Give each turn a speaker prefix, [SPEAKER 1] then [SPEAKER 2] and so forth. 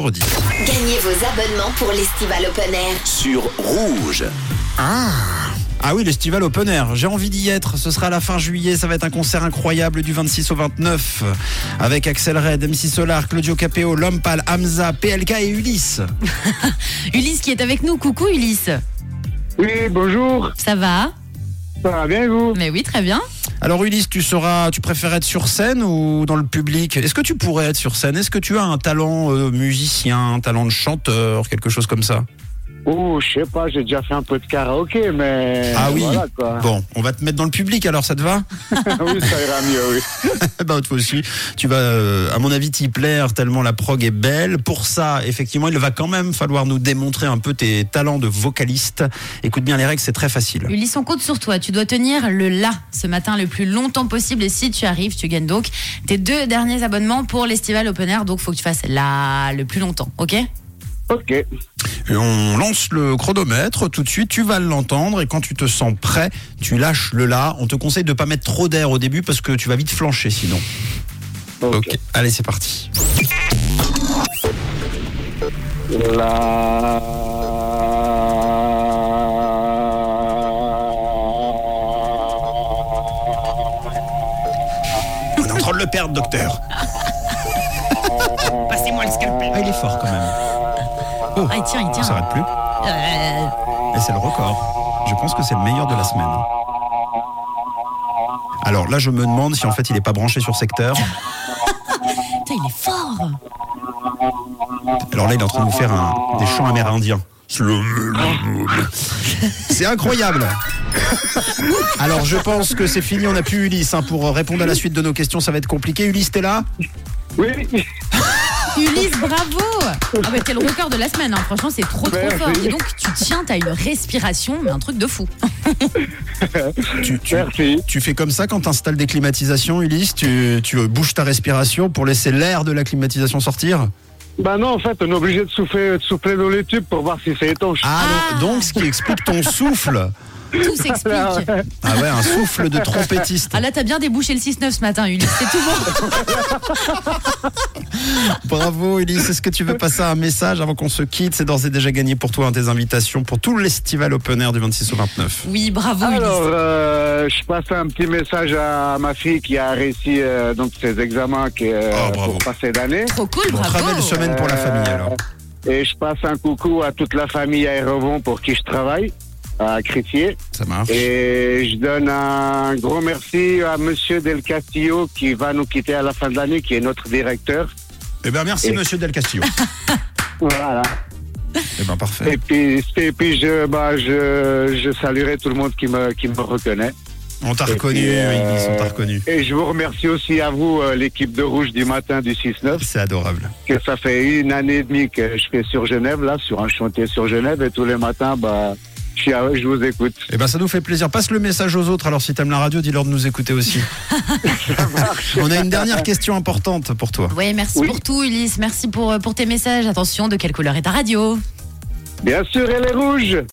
[SPEAKER 1] vendredi.
[SPEAKER 2] Gagnez vos abonnements pour l'Estival Open Air.
[SPEAKER 3] sur Rouge.
[SPEAKER 1] Ah ah oui, l'estival open air, j'ai envie d'y être, ce sera à la fin juillet, ça va être un concert incroyable du 26 au 29, avec Axel Red, MC Solar, Claudio Capeo, Lompal, Hamza, PLK et Ulysse.
[SPEAKER 4] Ulysse qui est avec nous. Coucou Ulysse.
[SPEAKER 5] Oui, bonjour,
[SPEAKER 4] Ça va
[SPEAKER 5] ça va bien et vous
[SPEAKER 4] Mais oui, très bien.
[SPEAKER 1] Alors Ulysse, tu seras, tu préfères être sur scène ou dans le public Est-ce que tu pourrais être sur scène Est-ce que tu as un talent euh, musicien, un talent de chanteur, quelque chose comme ça
[SPEAKER 5] Oh, je sais pas, j'ai déjà fait un peu de karaoké, mais.
[SPEAKER 1] Ah oui.
[SPEAKER 5] Voilà quoi. Ah
[SPEAKER 1] Bon, on va te mettre dans le public alors, ça te va
[SPEAKER 5] oui, ça ira mieux, oui.
[SPEAKER 1] Bah toi aussi, tu vas, euh, à mon avis, t'y plaire tellement la prog est belle. Pour ça, effectivement, il va quand même falloir nous démontrer un peu tes talents de vocaliste. Écoute bien les règles, c'est très facile.
[SPEAKER 4] Ulysse, on compte sur toi. Tu dois tenir le la ce matin le plus longtemps possible. Et si tu arrives, tu gagnes donc tes deux derniers abonnements pour l'estival open air. Donc, faut que tu fasses la le plus longtemps. Ok
[SPEAKER 5] Ok,
[SPEAKER 1] Et on lance le chronomètre tout de suite, tu vas l'entendre et quand tu te sens prêt, tu lâches le là. On te conseille de pas mettre trop d'air au début parce que tu vas vite flancher sinon.
[SPEAKER 5] ok.
[SPEAKER 1] ok, allez, c'est parti.
[SPEAKER 5] La.
[SPEAKER 1] On est en train de le perdre, docteur. Passez-moi le scalpel. Ah, il est fort quand même. Oh,
[SPEAKER 4] Ah, il tient, il
[SPEAKER 1] on
[SPEAKER 4] tient.
[SPEAKER 1] s'arrête plus.
[SPEAKER 4] Euh,
[SPEAKER 1] Et c'est le record. Je pense que c'est le meilleur de la semaine. Alors là, je me demande si en fait il n'est pas branché sur secteur.
[SPEAKER 4] putain, il est fort.
[SPEAKER 1] Alors là, il est en train de nous faire un- des chants amérindiens. C'est incroyable. Alors je pense que c'est fini, on n'a plus Ulysse. hein. pour répondre à la suite de nos questions, ça va être compliqué. Ulysse, t'es là
[SPEAKER 5] Oui,
[SPEAKER 4] Ulysse, bravo. Ah bah, t'es le record de la semaine. hein. Franchement, c'est trop trop fort. Et donc, tu tiens, t'as une respiration, mais un truc de fou.
[SPEAKER 1] tu, tu-
[SPEAKER 5] merci.
[SPEAKER 1] tu fais comme ça quand t'installes des climatisations, Ulysse tu, tu bouges ta respiration pour laisser l'air de la climatisation sortir
[SPEAKER 5] Bah non, en fait, on est obligé de souffler, de souffler dans les tubes pour voir si c'est étanche.
[SPEAKER 1] Ah,
[SPEAKER 4] Ah.
[SPEAKER 1] donc ce qui explique ton souffle
[SPEAKER 4] Tout s'explique.
[SPEAKER 1] Ah ouais, un souffle de trompettiste.
[SPEAKER 4] Ah là, t'as bien débouché le 6-9 ce matin, Ulysse. C'est tout bon.
[SPEAKER 1] Bravo Ulysse, est-ce que tu veux passer un message avant qu'on se quitte C'est d'ores et déjà gagné pour toi un des invitations pour tout l'estival open air du 26 au 29.
[SPEAKER 4] Oui, bravo
[SPEAKER 5] Alors,
[SPEAKER 4] Ulysse.
[SPEAKER 5] euh, je passe un petit message à ma fille qui a réussi euh, donc ses examens qui, euh,
[SPEAKER 1] Oh, bravo.
[SPEAKER 5] pour passer d'année.
[SPEAKER 4] Trop cool,
[SPEAKER 1] Bon, très
[SPEAKER 4] bravo.
[SPEAKER 1] belle semaine pour la famille alors.
[SPEAKER 5] Et je passe un coucou à toute la famille à Aérovon pour qui je travaille, à Crétier.
[SPEAKER 1] Ça marche.
[SPEAKER 5] Et je donne un gros merci à Monsieur Del Castillo qui va nous quitter à la fin de l'année, qui est notre directeur.
[SPEAKER 1] Eh bien merci
[SPEAKER 5] et-
[SPEAKER 1] monsieur Del Castillo.
[SPEAKER 5] Voilà.
[SPEAKER 1] Eh bien parfait.
[SPEAKER 5] Et puis, et puis je, bah, je, je saluerai tout le monde qui me, qui me reconnaît.
[SPEAKER 1] On t'a
[SPEAKER 5] et
[SPEAKER 1] reconnu,
[SPEAKER 5] puis, euh,
[SPEAKER 1] Ulysse, on t'a reconnu.
[SPEAKER 5] Et je vous remercie aussi à vous, euh, l'équipe de Rouge du matin du 6-9,
[SPEAKER 1] C'est adorable.
[SPEAKER 5] que ça fait une année et demie que je fais sur Genève, là, sur un chantier sur Genève, et tous les matins, bah, je, suis à- je vous écoute.
[SPEAKER 1] Eh bien ça nous fait plaisir. Passe le message aux autres alors si t'aimes la radio, dis-leur de nous écouter aussi. on a une dernière question importante pour toi.
[SPEAKER 4] Ouais, merci
[SPEAKER 5] Oui.
[SPEAKER 4] pour tout, Ulysse. Merci pour, euh, pour tes messages. Attention, de quelle couleur est ta radio
[SPEAKER 5] Bien sûr, elle est rouge